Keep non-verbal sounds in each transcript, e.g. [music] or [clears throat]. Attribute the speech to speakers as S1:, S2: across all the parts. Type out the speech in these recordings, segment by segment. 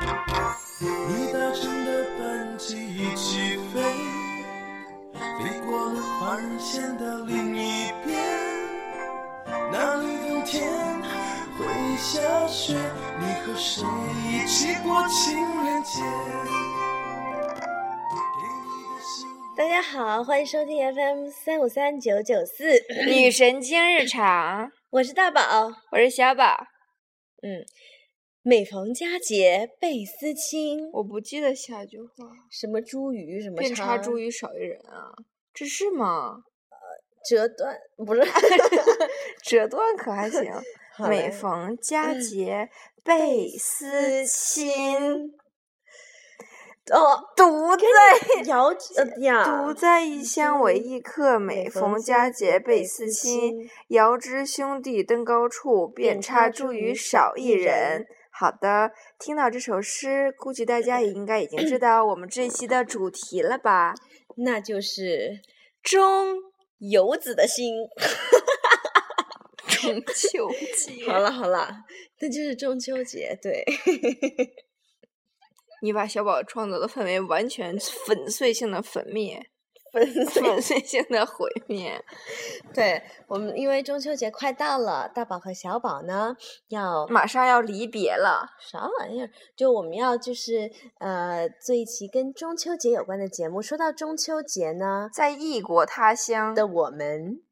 S1: 你搭乘的班机一起飞，飞过了环绕线的另一边，那里冬天会下雪。你和谁一起过情人节？给你的幸福
S2: 大家好，欢迎收听 FM 三五三九九四，
S3: [laughs] 女神经日常，
S2: 我是大宝。
S3: 我是小宝。
S2: 嗯，每逢佳节倍思亲，
S3: 我不记得下句话，
S2: 什么茱萸什么
S3: 遍插茱
S2: 萸
S3: 萸少一人啊，这是吗？
S2: 折断，不是 [laughs]
S3: 折断可 [laughs] 还行。
S2: 好嘞 [laughs]
S3: 每逢佳节嗯倍思亲，
S2: 哦，
S3: 独在
S2: 姚呃呀，
S3: 独在异乡为异客。啊嗯每
S2: 每
S3: 逢
S2: 逢
S3: 佳
S2: 佳
S3: 节
S2: 节
S3: 倍
S2: 倍
S3: 思
S2: 思
S3: 亲
S2: 亲，
S3: 遥知兄弟登高处，遍
S2: 遍
S3: 插
S2: 插茱
S3: 茱萸
S2: 萸
S3: 少
S2: 少
S3: 一
S2: 一
S3: 人
S2: 人。
S3: 好的，听到这首诗，估计大家也应该已经知道我们这一期的主题
S2: [laughs]
S3: 了吧？
S2: 那就是
S3: 中
S2: 游子的心。 [laughs]
S3: 中秋节
S2: 好了好了，那就是中秋节，对，
S3: 你把小宝创造的氛围完全粉碎性的粉灭，
S2: [laughs] 粉碎
S3: 粉碎性的毁灭。
S2: 对我们，因为中秋节快到了，大宝和小宝呢要
S3: 马上要离别了，
S2: 啥玩意儿？就我们要就是呃做一期跟中秋节有关的节目。说到中秋节呢
S3: 在异国他乡
S2: 的我们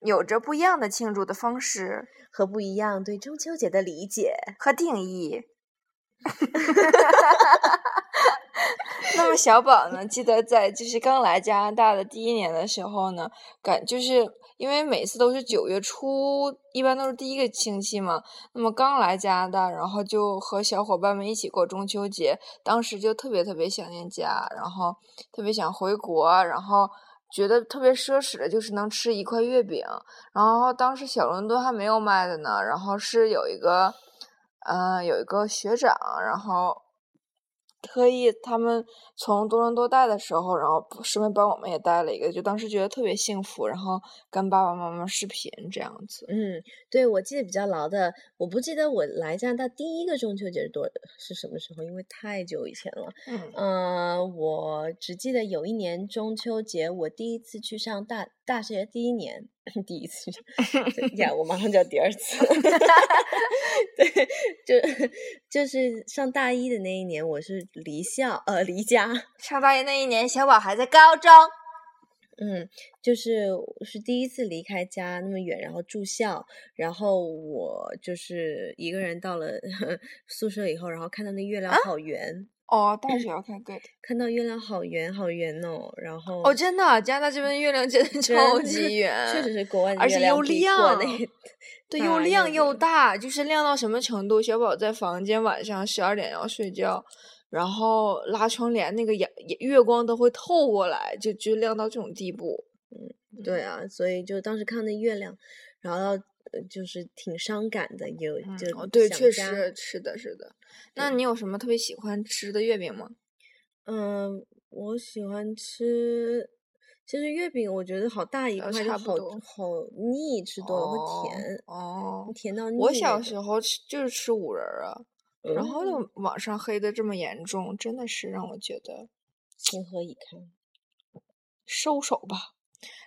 S3: 有着不一样的庆祝的方式
S2: 和不一样对中秋节的理解，
S3: 和定义。那么小宝呢？记得在就是刚来加拿大的第一年的时候呢，感就是因为每次都是九月初，一般都是第一个星期嘛。那么刚来加拿大，然后就和小伙伴们一起过中秋节，当时就特别特别想念家，然后特别想回国，然后觉得特别奢侈的就是能吃一块月饼。然后当时小伦敦还没有卖的呢，然后是有一个，呃，有一个学长，然后特意他们从多伦多带的时候，然后顺便帮我们也带了一个，就当时觉得特别幸福，然后跟爸爸妈妈视频这样子。
S2: 嗯，对，我记得比较牢的，我不记得我来加拿大第一个中秋节是多是什么时候，因为太久以前了。
S3: 嗯，
S2: 呃，我只记得有一年中秋节，我第一次去上大大学第一年，第一次去上对呀，我马上就要第二次，对，就就是上大一的那一年，我是离校呃离家，
S3: 上大一那一年，小宝还在高中。
S2: 嗯，就是我是第一次离开家那么远，然后住校，然后我就是一个人到了 [laughs] 宿舍以后，然后看到那月亮好圆，
S3: 哦，大学要开歌的。
S2: 看到月亮好圆好圆哦，然后
S3: 哦，真的，加拿大这边月亮真的
S2: 真
S3: 超
S2: 的
S3: 级圆，
S2: 确实是国外的
S3: 而
S2: 月
S3: 且
S2: 亮
S3: 又
S2: 比国内 [laughs]
S3: 亮对，
S2: 大
S3: 又亮
S2: 又
S3: 又大，就是亮到什么程度？小宝在房间晚上十二点要睡觉，然后拉窗帘，那个阳月光都会透过来，就就亮到这种地步。
S2: 对啊，所以就当时看那月亮，然后呃就是挺伤感的，有就、
S3: 哦，对，确，实是的，是的。那
S2: 对
S3: 你有什么特别喜欢吃的月饼吗？
S2: 嗯、我喜欢吃。其实月饼我觉得好大一
S3: 呃
S2: 块就
S3: 差不
S2: 好
S3: 多
S2: 好腻，吃多了
S3: 哦
S2: 会甜，
S3: 哦，
S2: 甜到腻。嗯
S3: 我小时候吃就是吃五仁儿啊，
S2: 候
S3: 然后就网上黑的这么严重，真的是让我觉得
S2: 情何以堪？
S3: 收手吧。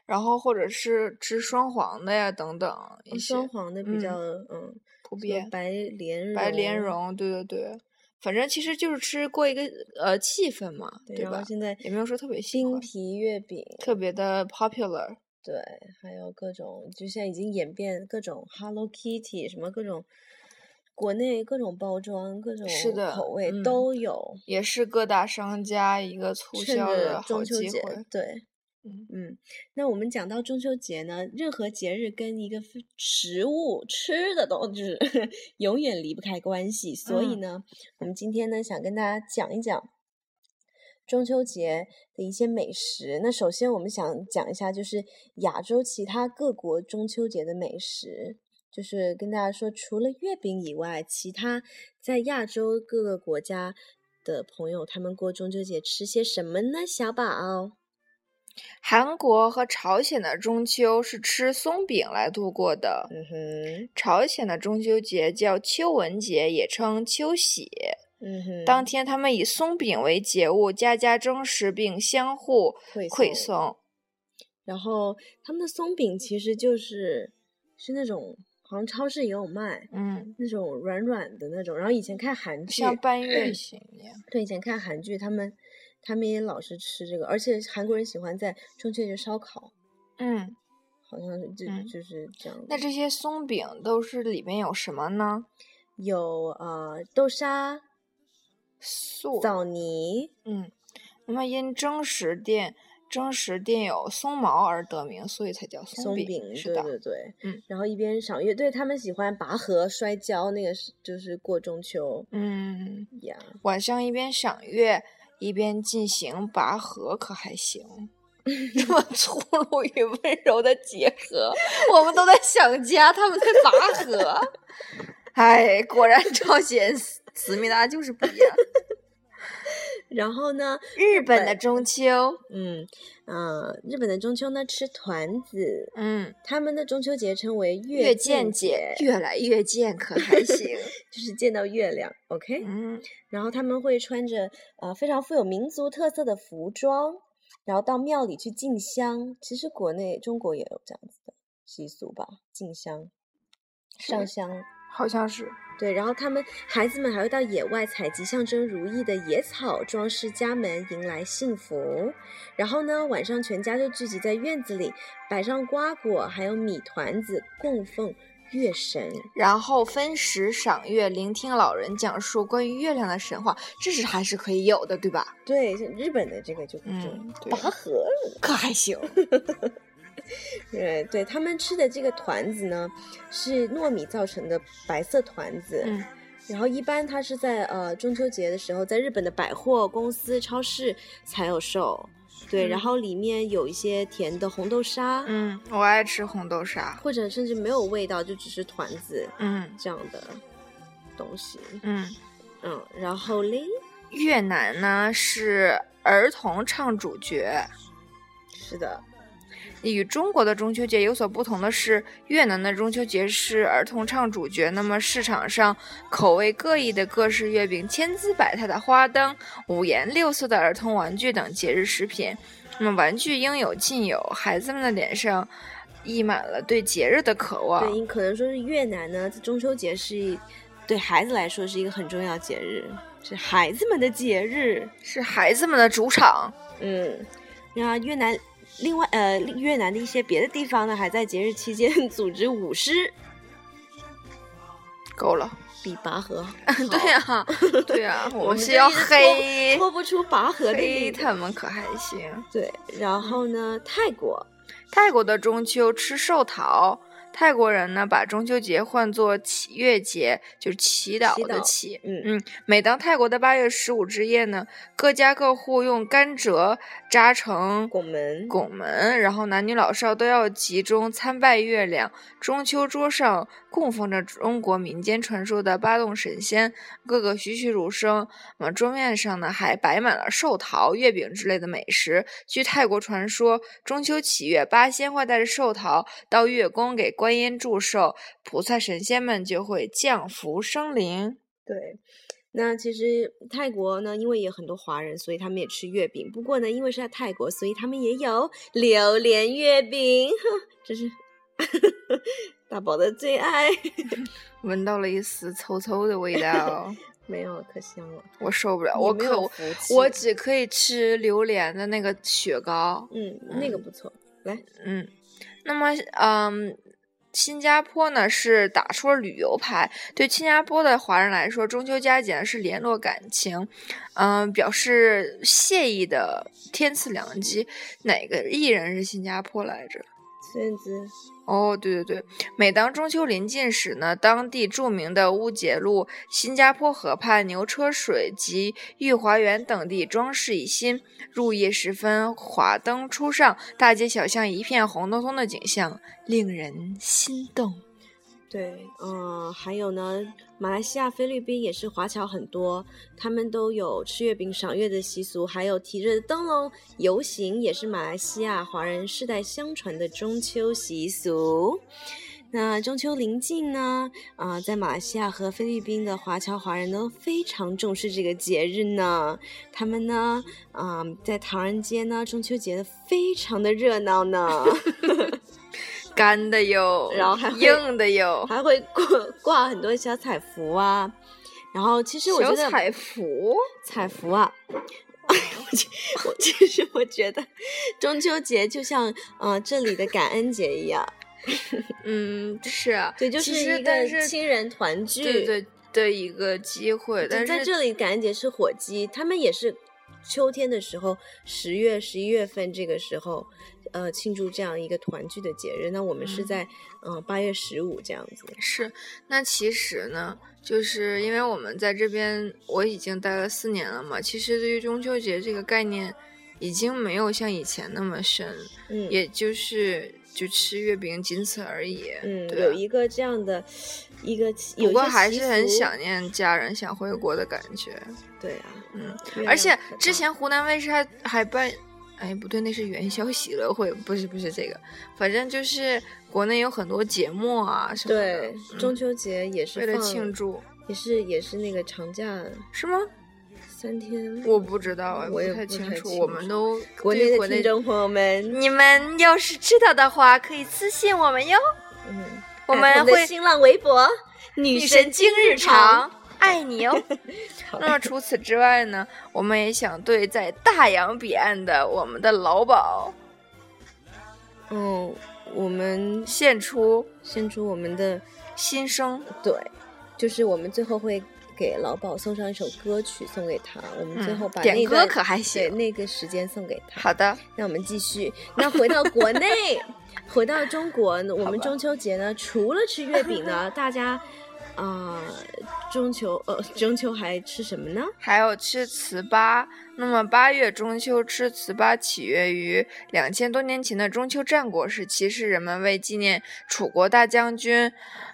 S3: 然后或者是吃双黄的呀，等等一些
S2: 双黄的比
S3: 嗯
S2: 较嗯，
S3: 普
S2: 什么
S3: 遍。
S2: 白莲
S3: 白莲
S2: 蓉，
S3: 蓉，对对对，反正其实就是吃过一个呃气氛嘛，
S2: 对
S3: 对
S2: 然后
S3: 吧？
S2: 现在
S3: 也没有说特别喜
S2: 冰
S3: 欢
S2: 皮月饼，
S3: 特别的 popular，
S2: 对，还有各种，就现在已经演变各种 Hello Kitty 什么各种，国内各种包装、各种
S3: 是的
S2: 口味
S3: 嗯
S2: 都有，
S3: 也是各大商家一个促
S2: 趁
S3: 销
S2: 着
S3: 的
S2: 中
S3: 好
S2: 秋
S3: 机
S2: 节
S3: 会。，
S2: 对，
S3: 嗯
S2: 嗯，那我们讲到中秋节呢，任何节日跟一个非食物吃的东西 [laughs] 永远离不开关系，所以
S3: 嗯
S2: 呢，我们今天呢想跟大家讲一讲中秋节的一些美食。那首先我们想讲一下，就是亚洲其他各国中秋节的美食。就是跟大家说，除了月饼以外，其他在亚洲各个国家的朋友，他们过中秋节吃些什么呢？小宝，
S3: 韩国和朝鲜的中秋是吃松饼来度过的。
S2: 嗯哼，
S3: 朝鲜的中秋节叫秋文节，也称秋喜。
S2: 嗯哼，
S3: 当天，他们以松饼为节物，家家争食并相互
S2: 会
S3: 馈
S2: 送
S3: 送。
S2: 然后他们的松饼其实就是是那种，好像超市也有卖
S3: 嗯，
S2: 那种软软的那种。然后以前看韩剧，
S3: 像半月形一
S2: [clears throat]
S3: 样。
S2: 对，以前看韩剧，他们他们也老是吃这个，而且韩国人喜欢在中秋节烧烤，
S3: 嗯，
S2: 好像是就、
S3: 嗯
S2: 就是这样的。
S3: 那这些松饼都是里面有什么呢？
S2: 有呃豆沙、
S3: 素。
S2: 枣泥，
S3: 嗯，那么因蒸食店蒸食店有松毛而得名，所以才叫松
S2: 松饼，
S3: 是
S2: 对
S3: 的，
S2: 对对，
S3: 嗯。
S2: 然后一边赏月，对他们喜欢拔河、摔跤，那个是就是过中秋
S3: 嗯，
S2: 呀。
S3: 晚上一边赏月一边进行拔河，可还 [laughs] 行？这么粗鲁与温柔的结合，我们都在想家，他们在拔河。哎，果然朝鲜思思密达就是不一样。
S2: [laughs]
S3: [laughs]
S2: 然后呢，
S3: 日本的中秋，
S2: 嗯呃，日本的中秋呢吃团子，
S3: 嗯，
S2: 他们的中秋节称为
S3: 越
S2: 见
S3: 见
S2: 节
S3: 节，越来越见，可还 [laughs] 行？
S2: 就是见到月亮，OK。 [laughs]
S3: 嗯。
S2: 然后他们会穿着呃非常富有民族特色的服装，然后到庙里去进香。其实国内中国也有这样子的习俗吧，进香、上香。
S3: 好像是，
S2: 对，然后他们孩子们还会到野外采集象征如意的野草，装饰家门，迎来幸福。然后呢，晚上全家就聚集在院子里，摆上瓜果，还有米团子，供奉月神。
S3: 然后分时赏月，聆听老人讲述关于月亮的神话，这是还是可以有的，对吧？
S2: 对，日本的这个就是这种
S3: 嗯，对
S2: 拔河
S3: 可还行。
S2: 对，对他们吃的这个团子呢，是糯米造成的白色团子。
S3: 嗯，
S2: 然后一般它是在呃中秋节的时候，在日本的百货公司、超市才有售。对，
S3: 嗯
S2: 然后里面有一些甜的红豆沙，
S3: 嗯，我爱吃红豆沙。
S2: 或者甚至没有味道，就只是团子
S3: 嗯
S2: 这样的东西。
S3: 嗯，
S2: 嗯，然后嘞，
S3: 越南呢是儿童唱主角。
S2: 是的，
S3: 与中国的中秋节有所不同的是，越南的中秋节是儿童唱主角。那么市场上口味各异的各式月饼、千姿百态的花灯、五颜六色的儿童玩具等节日食品，那么玩具应有尽有，孩子们的脸上溢满了对节日的渴
S2: 对，
S3: 望。
S2: 因可能说是越南呢，在中秋节是对孩子来说是一个很重要节日，是孩子们的节日。
S3: 是孩子们的主场。
S2: 嗯，那越南另外呃越南的一些别的地方呢，还在节日期间组织舞狮，
S3: 够了，
S2: 比拔
S3: [laughs]
S2: 河
S3: 对呀、对呀、
S2: [laughs] 我
S3: 我
S2: 们
S3: 们是
S2: 这
S3: 要
S2: 一直
S3: 黑
S2: 脱脱不出拔河的那
S3: 黑
S2: 个
S3: 他们，可还行。
S2: 对，然后呢，泰国
S3: 泰国的中秋吃寿桃，泰国人呢把中秋节唤作祈月节，就是祈祷的祈。
S2: 嗯
S3: 嗯，每当泰国的八月十五之夜呢，各家各户用甘蔗扎成
S2: 拱门
S3: 拱门，然后男女老少都要集中参拜月亮。中秋桌上供奉着中国民间传说的八洞神仙，个个栩栩如生。那么桌面上呢还摆满了寿桃、月饼之类的美食。据泰国传说，中秋祈月，八仙会带着寿桃到月宫给观音祝寿，菩萨神仙们就会降福生灵。
S2: 对。那其实泰国呢，因为有很多华人，所以他们也吃月饼。不过呢，因为是在泰国，所以他们也有榴莲月饼， [laughs] 这是大宝的最爱。
S3: 闻到了一丝臭臭的味道，
S2: 没有，可香了。
S3: 我受不了，
S2: 你
S3: 我
S2: 没
S3: 可
S2: 有
S3: 我
S2: 福
S3: 我
S2: 气
S3: 只可以吃榴莲的那个雪糕。
S2: 嗯，那个不错。来，
S3: 嗯，那么嗯。新加坡呢是打出了旅游牌，对新加坡的华人来说，中秋佳节呢是联络感情，嗯、表示谢意的天赐良机。哪个艺人是新加坡来着？
S2: 孙燕姿，
S3: 哦，对对对，每当中秋临近时呢，当地著名的乌节路、新加坡河畔牛车水及御华园等地装饰一新，入夜时分，华灯初上，大街小巷一片红彤彤的景象，令人心动。
S2: 对，嗯、还有呢，马来西亚、菲律宾也是华侨很多，他们都有吃月饼、赏月的习俗，还有提着灯笼游行，也是马来西亚华人世代相传的中秋习俗。那中秋临近呢，啊、在马来西亚和菲律宾的华侨华人都非常重视这个节日呢。他们呢，啊、在唐人街呢，中秋节非常的热闹呢。
S3: 干的有，
S2: 然后还会啊
S3: 硬的有，
S2: 还会挂挂很多小彩幅啊。然后其实我觉
S3: 小
S2: 得
S3: 彩幅，
S2: 彩幅啊， [laughs] 我其 [laughs] 实我觉得中秋节就像呃这里的感恩节一
S3: [laughs]
S2: 样，
S3: 嗯，是啊，
S2: 对，就
S3: 其
S2: 是
S3: 实
S2: 一
S3: 但
S2: 个
S3: 是
S2: 亲人团聚。
S3: 对对的一个机会，
S2: 对，
S3: 但是
S2: 在这里感恩节是火鸡，他们也是秋天的时候，十月、十一月份这个时候，呃，庆祝这样一个团聚的节日。那我们是
S3: 嗯
S2: 在嗯八、月十五这样子。
S3: 是，那其实呢，就是因为我们在这边我已经待了四年了嘛，其实对于中秋节这个概念已经没有像以前那么深，
S2: 嗯，
S3: 也就是就吃月饼仅此而已。
S2: 嗯，
S3: 对
S2: 有
S3: 吧
S2: 一个这样的一个习，有
S3: 不
S2: 一
S3: 过
S2: 些
S3: 还
S2: 习
S3: 是很
S2: 俗
S3: 想念家人，想回国的感觉。
S2: 对啊，
S3: 嗯，
S2: 月
S3: 而
S2: 亮
S3: 且
S2: 可
S3: 之
S2: 大
S3: 前湖南卫视还还办，哎，不对，那是元宵喜乐会，不是不是这个，反正就是国内有很多节目啊什么的，
S2: 对
S3: 嗯
S2: 中秋节也是
S3: 为了
S2: 放
S3: 庆，祝
S2: 也是也是那个长假
S3: 是吗？
S2: 三天。
S3: 我不知道哎，
S2: 我也
S3: 太
S2: 不
S3: 清
S2: 太
S3: 楚。
S2: 清
S3: 我们
S2: 楚
S3: 都
S2: 国
S3: 对
S2: 内
S3: 国
S2: 的
S3: 内
S2: 听众朋友们，
S3: 你们要是知道的话，可以私信我们哟。
S2: 嗯，
S3: 我
S2: 哎
S3: 们
S2: 的
S3: 会
S2: 新浪微博
S3: 女
S2: 女
S3: 神经日
S2: 常嗯
S3: 常，爱你
S2: [laughs]
S3: 哟。那么除此之外呢，我们也想对在大洋彼岸的我们的老鸨
S2: 嗯，我们
S3: 献出
S2: 献出我们的
S3: 心声。
S2: 对，就是我们最后会给老鸨送上一首歌曲送给他，我们最
S3: 嗯
S2: 后把
S3: 点
S2: 那
S3: 歌
S2: 段
S3: 可还
S2: 对
S3: 行
S2: 那个时间送给他。
S3: 好的，
S2: 那我们继续，那回到国内，回到中国，我
S3: 好吧
S2: 们中秋节呢，除了吃月饼呢，大家啊、中秋呃，中秋还吃什么呢？
S3: 还有吃糍粑。那么八月中秋吃糍粑起源于两千多年前的中秋战国时期，是人们为纪念楚国大将军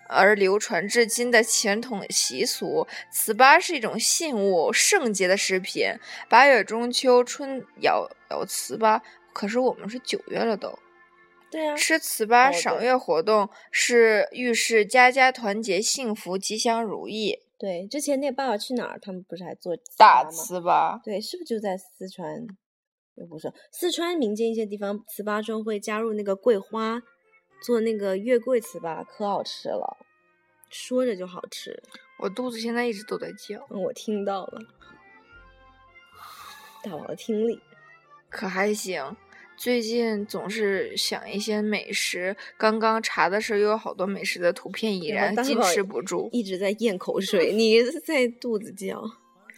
S3: 而流传至今的传统习俗。糍粑是一种信物，圣洁的食品。八月中秋春摇摇糍粑，可是我们是九月了都。
S2: 对啊
S3: 吃糍粑
S2: 哦
S3: 赏
S2: 对
S3: 月活动是预示家家团结、幸福、吉祥如意。
S2: 对，之前那《爸爸去哪儿》，他们不是还做糍
S3: 大
S2: 粑吗？
S3: 糍粑，
S2: 对，是不是就在四川？又不是四川民间一些地方糍粑中会加入那个桂花，做那个月桂糍粑，可好吃了，说着就好吃。
S3: 我肚子现在一直都在叫，
S2: 嗯，我听到了，大王的听力。
S3: 可还行。最近总是想一些美食，刚刚查的时候又有好多美食的图片，已
S2: 我
S3: 然
S2: 待
S3: 禁
S2: 会儿
S3: 吃
S2: [laughs]
S3: 不住。
S2: 一直在咽口水，你是在肚子叫。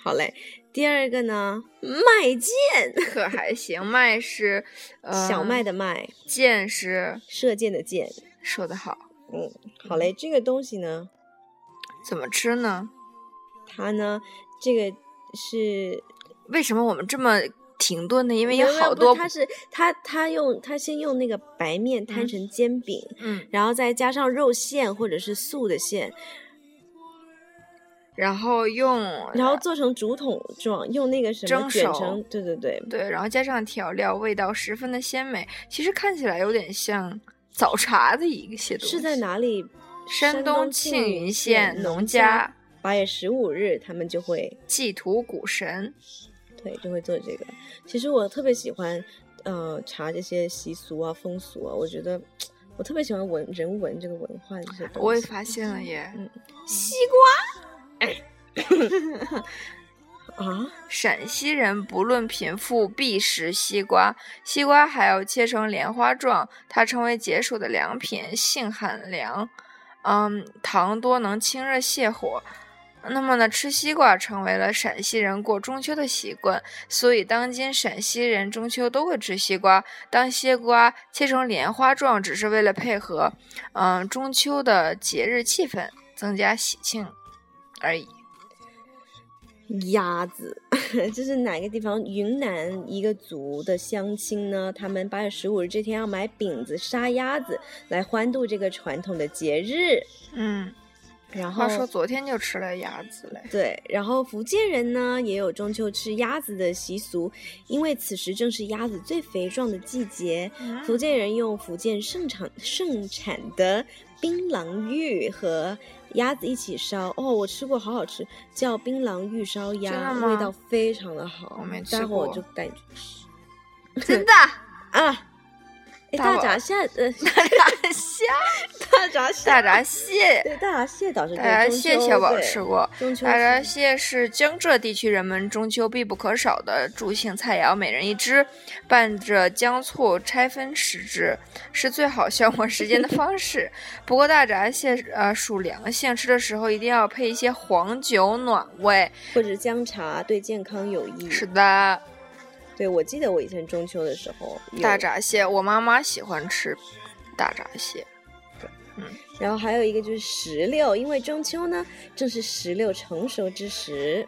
S2: 好嘞，第二个呢，麦箭，
S3: 可还行，麦是，呃，
S2: 小麦的麦，
S3: 箭是
S2: 射箭的箭。
S3: 说得好，
S2: 嗯，好嘞，这个东西呢，
S3: 怎么吃呢？
S2: 它呢，这个是
S3: 为什么我们这么停顿呢？因为
S2: 没
S3: 有
S2: 有没有
S3: 好
S2: 不
S3: 多
S2: 它是它它用它先用那个白面摊
S3: 嗯
S2: 成煎饼，
S3: 嗯，
S2: 然后再加上肉馅或者是素的馅，
S3: 然后用，
S2: 然后做成竹筒状，用那个什么
S3: 蒸
S2: 卷
S3: 熟
S2: 成，对对对，
S3: 对，然后加上调料，味道十分的鲜美。其实看起来有点像早茶的一些东西。
S2: 是在？哪里？
S3: 山东庆云县农
S2: 家
S3: 家
S2: 八月十五日，他们就会
S3: 祭图谷神，
S2: 对就会做这个。其实我特别喜欢，呃，查这些习俗啊、风俗啊，我觉得我特别喜欢文人文这个文化这些东西。
S3: 我也发现了耶。
S2: 嗯
S3: 西
S2: [laughs] 啊，
S3: 陕西人不论贫富，必食西瓜。西瓜还要切成莲花状，它成为解暑的良品，性寒凉，嗯，糖多能清热泻火。那么呢，吃西瓜成为了陕西人过中秋的习惯，所以当今陕西人中秋都会吃西瓜。当西瓜切成莲花状，只是为了配合，嗯，中秋的节日气氛，增加喜庆而已。
S2: 鸭子， [laughs] 这是哪个地方？云南一个族的乡亲呢，他们八月十五日这天要买饼子杀鸭子来欢度这个传统的节日。
S3: 嗯，
S2: 然后
S3: 话说昨天就吃了鸭子嘞。
S2: 对，然后福建人呢也有中秋吃鸭子的习俗，因为此时正是鸭子最肥壮的季节，福建人用福建盛产盛产的槟榔芋和鸭子一起烧。哦，我吃过，好好吃，叫槟榔芋烧
S3: 真
S2: 鸭，
S3: 的
S2: 味
S3: 吗
S2: 道非常的好。
S3: 我没吃
S2: 待会儿我
S3: 过
S2: 就带你去吃
S3: [laughs] 真的
S2: 啊！哎，
S3: 大
S2: 大
S3: 宝
S2: 闸蟹，
S3: [laughs]
S2: 呃，
S3: 大虾，
S2: 大闸蟹，
S3: 大闸蟹，
S2: 对大闸蟹倒是
S3: 大
S2: 对
S3: 闸
S2: 中
S3: 蟹
S2: 秋
S3: 小宝
S2: 对
S3: 吃过。
S2: 中秋
S3: 大闸
S2: 吃
S3: 蟹是江浙地区人们中秋必不可少的助兴菜肴，每人一只，拌着姜醋拆分食之，是最好消磨时间的方式。不过大闸蟹呃属凉性，吃的时候一定要配一些黄酒暖胃。
S2: 或者姜茶对健康有益。
S3: 是的，
S2: 对，我记得我以前中秋的时候有
S3: 大，闸蟹，我妈妈喜欢吃大闸蟹。
S2: 然后还有一个就是石榴，因为中秋呢正是石榴成熟之时，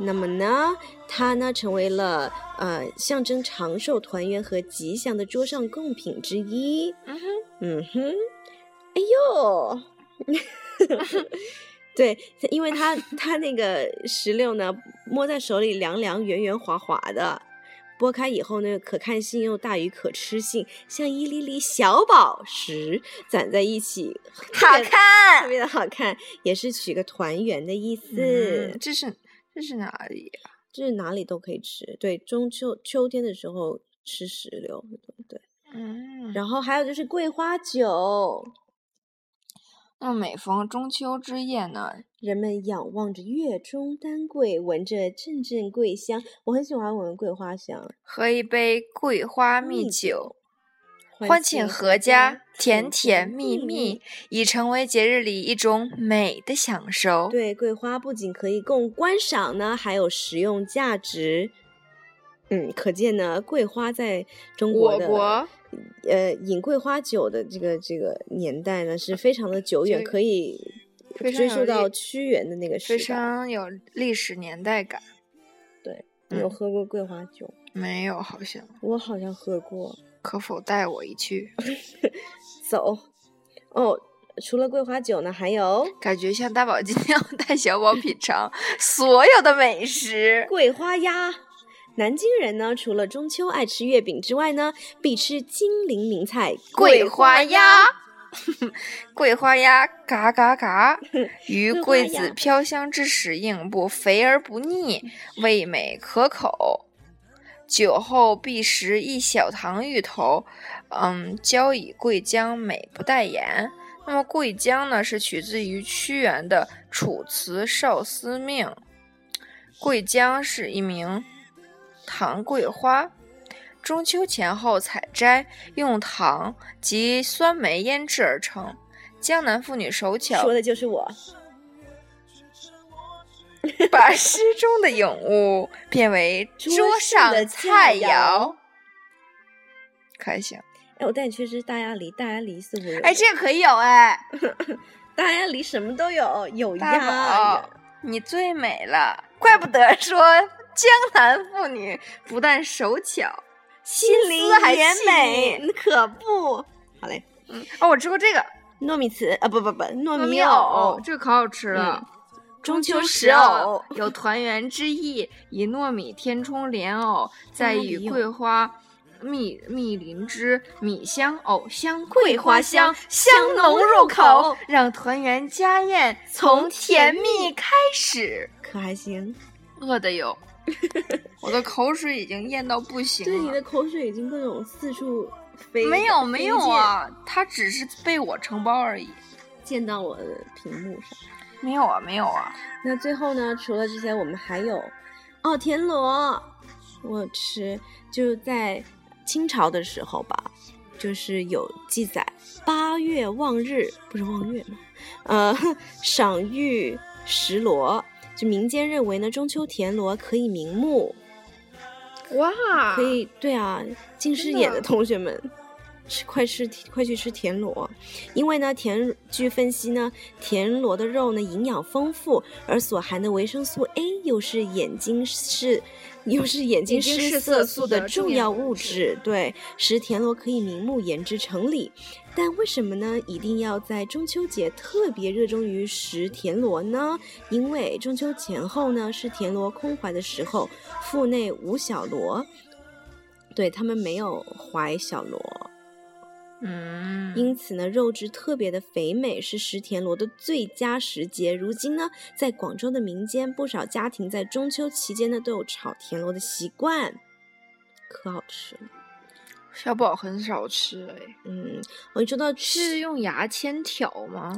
S2: 那么呢，它呢成为了呃象征长寿、团圆和吉祥的桌上贡品之一。
S3: 嗯哼，
S2: 嗯哼，哎呦。 [laughs] 对，因为
S3: [laughs]
S2: 它它那个石榴呢，摸在手里凉凉、圆圆滑滑的，剥开以后呢，可看性又大于可吃性，像一粒粒小宝石攒在一起，特
S3: 好
S2: 别特
S3: 看。
S2: 别的好看，也是取个团圆的意思。
S3: 嗯，这是这是哪里？
S2: 这哪里都可以吃，对，中秋秋天的时候吃石榴，对。
S3: 嗯，
S2: 然后还有就是桂花酒，
S3: 那每逢中秋之夜呢，
S2: 人们仰望着月中丹桂，闻着阵阵桂香。我很喜欢闻桂花香，
S3: 喝一杯桂花蜜
S2: 蜜
S3: 酒，
S2: 欢
S3: 欢
S2: 庆
S3: 庆
S2: 阖家
S3: 阖家，
S2: 甜甜
S3: 甜甜
S2: 蜜
S3: 蜜
S2: 蜜
S3: 蜜，已成为节日里一种美的享受。
S2: 对，桂花不仅可以供观赏呢，还有实用价值。嗯，可见呢，桂花在中国
S3: 我
S2: 的
S3: 国
S2: 呃饮桂花酒的这个这个年代呢，是非常的久远，
S3: 这个
S2: 可以
S3: 非常
S2: 追
S3: 有
S2: 溯到
S3: 历
S2: 屈原的那个时
S3: 非
S2: 代。嗯
S3: 常有历史年代感，
S2: 你有
S3: 嗯
S2: 喝过桂花酒？
S3: 没有好像，
S2: 我好像喝过。
S3: 可否带我一去？
S2: 走，哦，除了桂花酒呢，还有
S3: 感觉像大宝 [laughs] 今天要带小宝品尝所有的美食。
S2: 桂花鸭。南京人呢，除了中秋爱吃月饼之外呢，必吃金陵名菜
S3: 桂花鸭， [laughs] 桂花鸭嘎嘎 [laughs] 嘎，于
S2: 桂花
S3: 桂
S2: 鸭
S3: 子飘香之时应不肥而不腻，味美可口。酒后必食一小糖芋头，嗯，浇以桂浆，美不待言。那么桂浆呢，是取自于屈原的《楚辞少司命》。桂浆是一名唐桂花，中秋前后采摘，用糖及酸梅腌制而成。江南妇女手巧
S2: 说的就是我。
S3: 把诗中的咏物变 [laughs] 为桌
S2: 桌
S3: 上菜
S2: 上的菜肴
S3: 肴，可还行？
S2: 哎，我带你去吃大鸭梨，大鸭梨似乎有。
S3: 哎，这个可以有哎，
S2: 大鸭梨什么都有，有
S3: 大哦
S2: 鸭
S3: 宝
S2: 有，
S3: 你最美了，怪不得说江南妇女不但手巧，
S2: 心灵
S3: 思还
S2: 也
S3: 细
S2: 美，
S3: 腻
S2: 那可不。好嘞，
S3: 嗯，哦，我吃过这个
S2: 糯米糍啊，不不不，糯
S3: 糯
S2: 米
S3: 哦米藕，这个可好吃了。
S2: 嗯中秋
S3: 食
S2: 食偶，
S3: 有团圆之意，以糯米填充莲藕，再
S2: 里
S3: 与
S2: 有
S3: 桂花蜜蜜淋之，米香藕香
S2: 桂
S3: 桂
S2: 花
S3: 花
S2: 香
S3: 香，
S2: 香
S3: 香
S2: 浓
S3: 浓
S2: 入
S3: 入
S2: 口
S3: 口，让团圆家宴
S2: 从
S3: 从
S2: 甜
S3: 甜
S2: 蜜
S3: 蜜开始。
S2: 可还行。
S3: 饿的 [laughs] 哟，我的口水已经咽到不行
S2: 对，你
S3: 了
S2: 的。口水已经各种四处飞。
S3: 没有没
S2: 飞
S3: 有
S2: 溅，
S3: 啊，它只是被我承包而已。
S2: 溅到我的屏幕上。
S3: 没有啊没有啊，
S2: 那最后呢，除了这些，我们还有哦，田螺，我有吃，就是在清朝的时候吧，就是有记载，八月望日不是望月吗？呃，赏玉石螺，就民间认为呢，中秋田螺可以明目，
S3: 哇
S2: 可以对啊，近视
S3: 真的啊
S2: 眼的同学们，吃快吃快去吃田螺，因为呢，田据分析呢，田螺的肉呢营养丰富，而所含的维生素 A 又是眼睛视又是眼睛
S4: 睛
S2: 视
S4: 视
S2: 色
S4: 色
S2: 素
S4: 素
S2: 的
S4: 的
S2: 重
S4: 重
S2: 要
S4: 要
S2: 物
S4: 物
S2: 质，对，使田螺可以明目言之成理。但为什么呢？一定要在中秋节特别热衷于食田螺呢？因为中秋前后呢是田螺空怀的时候，腹内无小螺，对他们没有怀小螺，
S3: 嗯，
S2: 因此呢肉质特别的肥美，是食田螺的最佳时节。如今呢，在广州的民间，不少家庭在中秋期间呢都有炒田螺的习惯，可好吃了。
S3: 小宝很少吃哎，
S2: 嗯，我一说到吃
S3: 是用牙签挑吗？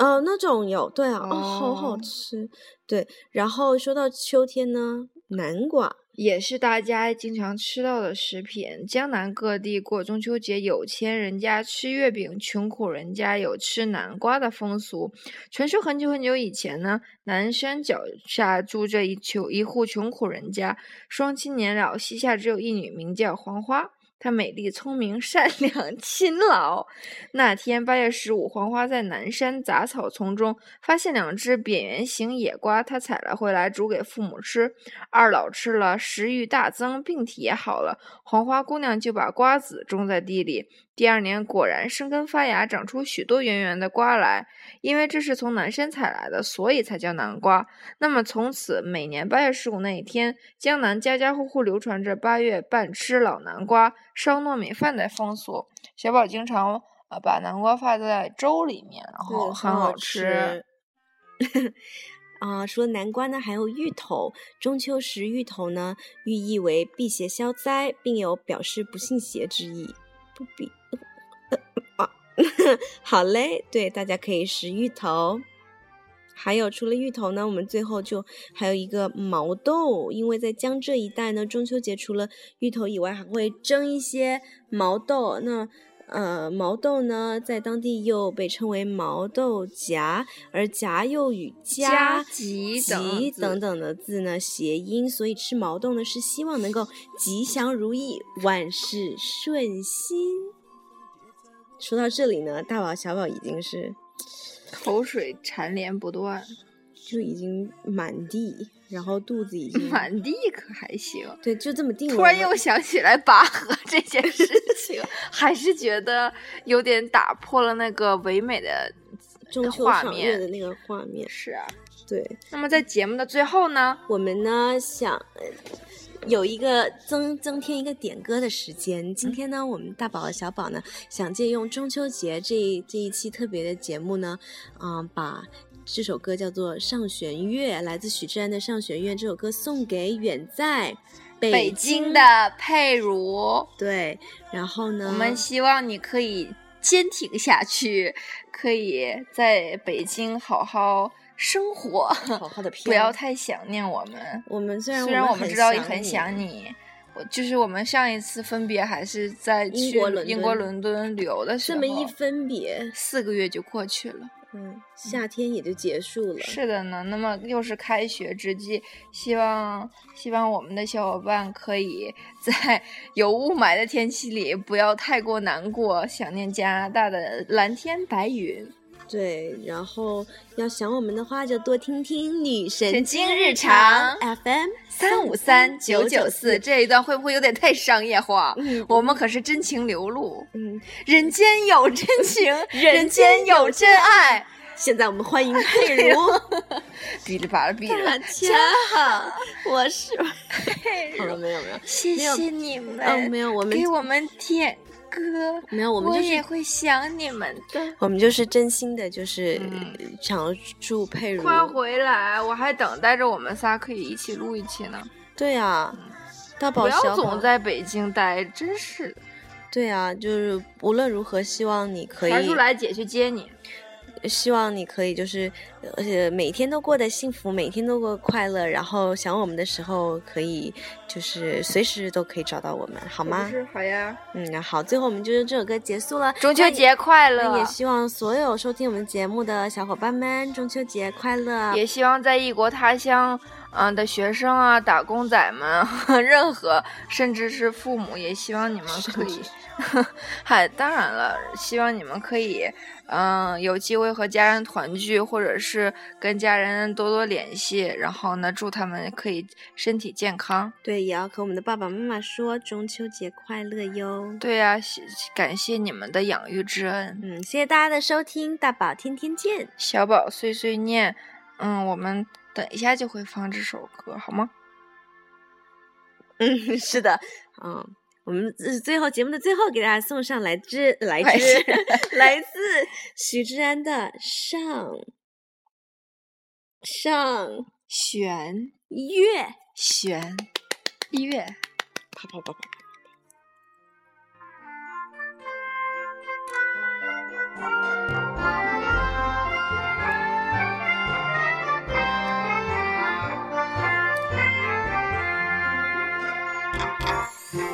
S2: 哦，那种有，对啊，哦，好好
S3: 哦
S2: 吃，对。然后说到秋天呢，南瓜，
S3: 也是大家经常吃到的食品。江南各地过中秋节，有钱人家吃月饼，穷苦人家有吃南瓜的风俗。传说很久很久以前呢，南山脚下住着一穷一户穷苦人家，双亲年老，膝下只有一女，名叫黄花。她美丽、聪明、善良、 [laughs] 勤劳。那天八月十五，黄花在南山杂草丛中发现两只扁圆形野瓜，她采了回来煮给父母吃。二老吃了，食欲大增，病体也好了。黄花姑娘就把瓜子种在地里，第二年果然生根发芽，长出许多圆圆的瓜来。因为这是从南山采来的，所以才叫南瓜。那么从此，每年八月十五那一天，江南家家户户流传着八月半吃老南瓜、烧糯米饭的风俗。小宝经常呃把南瓜放在粥里面，然
S2: 对，
S3: 后很
S2: 好
S3: 好吃。。
S2: [laughs] 啊、除了南瓜呢，还有芋头。中秋时，芋头呢，寓意为辟邪消灾，并有表示不信邪之意。不比，啊， [laughs] 好嘞，对，大家可以食芋头。还有，除了芋头呢，我们最后就还有一个毛豆，因为在江浙一带呢，中秋节除了芋头以外，还会蒸一些毛豆。那呃，毛豆呢，在当地又被称为毛豆荚，而荚又与家
S3: 吉
S2: 吉等
S3: 等字
S2: 等的字呢谐音，所以吃毛豆呢是希望能够吉祥如意、万事顺心。说到这里呢，大宝、小宝已经是
S3: 口水缠绵不断。
S2: 就已经满地，然后肚子已经
S3: [laughs] 满地可还行。
S2: 嗯对，就这么定了。
S3: 突然又想起来拔河 [laughs] 这件事情，还是觉得有点打破了那个唯美的
S2: 中秋
S3: 画
S2: 赏月
S3: 面
S2: 的嗯那个画面，
S3: 是啊。
S2: 对。
S3: 那么在节目的最后呢，
S2: 我们呢想呃有一个增增添一个点歌的时间。今天呢，我们大宝和小宝呢想借用中秋节这一这一期特别的节目呢，嗯、把。这首歌叫做《上弦月》，来自许志安的《上弦月》。这首歌送给远在
S3: 北
S2: 京
S3: 京的佩如，
S2: 对，然后呢，
S3: 我们希望你可以坚挺下去，可以在北京好好生活，
S2: 好好的飘。
S3: 不要太想念我们。
S2: 我们虽然
S3: 虽然我
S2: 们
S3: 们知道
S2: 也
S3: 很想你，我就是我们上一次分别还是在
S2: 英
S3: 去
S2: 国伦
S3: 英国
S2: 敦
S3: 伦敦旅游的时
S2: 这
S3: 候，
S2: 么一分别，
S3: 四个月就过去了。
S2: 嗯，夏天也就结束了。
S3: 是的呢，那么又是开学之际，希望希望我们的小伙伴可以 [laughs] 在有雾霾的天气里不要太过难过，想念加拿大的蓝天白云。
S2: 对，然后要想我们的话，就多听听《女神
S3: 神
S2: 经
S3: 经
S2: 日
S3: 日
S2: 常
S3: 常》
S2: FM
S3: 三五三九九四
S2: 994。
S3: 这一段会不会有点太商业化？
S2: 嗯，
S3: 我们可是真情流露，
S2: 嗯，
S3: 人间有真情，
S2: 人
S3: [laughs] 人
S2: 间
S3: 间
S2: 有
S3: 有真爱。
S2: 现在我们欢迎
S3: [laughs]
S2: 佩如
S3: 哔哩吧啦哔哩吧
S2: 大
S3: 啦，
S2: 家好，我是
S3: 佩
S2: 好了
S3: 如
S2: 没有没有，
S3: 谢
S2: 没有
S3: 谢你们，
S2: 嗯，没有我们
S3: 给哦我们点歌。
S2: 没有我们就
S3: 也
S2: 是
S3: 会想你们的。
S2: 我们就是真心的，就是
S3: 嗯
S2: 想要祝佩如
S3: 快回来，我还等待着我们仨可以一起录一期呢。
S2: 对啊，大宝
S3: 嗯不要
S2: 小宝
S3: 总在北京待，真是的。
S2: 对啊，就是无论如何，希望你可以
S3: 传出来，姐去接你。
S2: 希望你可以就是，呃，每天都过得幸福，每天都过得快乐，然后想我们的时候可以就是随时都可以找到我们，好
S3: 好
S2: 吗？
S3: 是好呀，
S2: 嗯，那好，最后我们就是这首歌结束了，
S3: 中秋节快
S2: 那
S3: 乐！
S2: 也希望所有收听我们节目的小伙伴们中秋节快乐，
S3: 也希望在异国他乡，嗯、的学生啊、打工仔们 [laughs] 啊，任何甚至是父母，也希望你们可以， [laughs] 嗨，当然了，希望你们可以，嗯、有机会和家人团聚，或者是跟家人多多联系，然后呢，祝他们可以身体健康。
S5: 对，也要和我们的爸爸妈妈说中秋节快乐哟。
S3: 对呀、谢感谢你们的养育之恩。
S5: 嗯，谢谢大家的收听，大宝天天见。
S3: 小宝碎碎念，嗯，我们等一下就会放这首歌，好吗？
S5: 嗯， [laughs] 是的，嗯，我们呃最后节目的最后给大家送上来自来
S3: 来
S5: 自 [laughs] 来自许志安的上上
S3: 弦
S5: 月。
S3: 弦乐，
S5: 啪啪啪啪。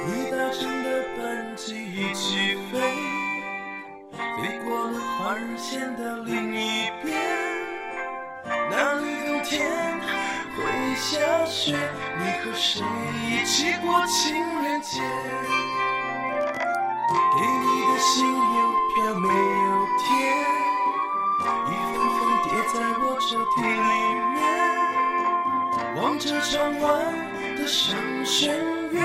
S1: 你搭乘的班机一起飞，飞过了花儿线的另一边，那里冬天会下雪，你和谁一起过情人节？给你的信邮票没有贴，一封封叠在我抽屉里面。望着窗外的上弦月，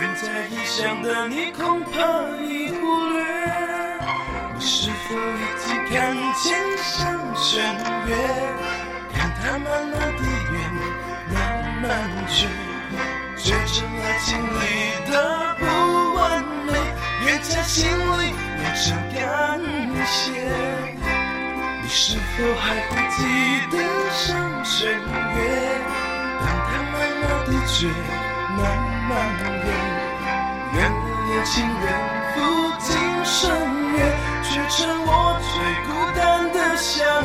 S1: 人在异乡的你恐怕已忽略。你是否已经看见上弦月？看它慢慢地远，慢慢去，追着爱情里的不完美，越在心里越成感谢。你是否还会记得上弦月？当它慢慢地卷，慢慢远，远了年轻人付尽生月，却成我最孤单的想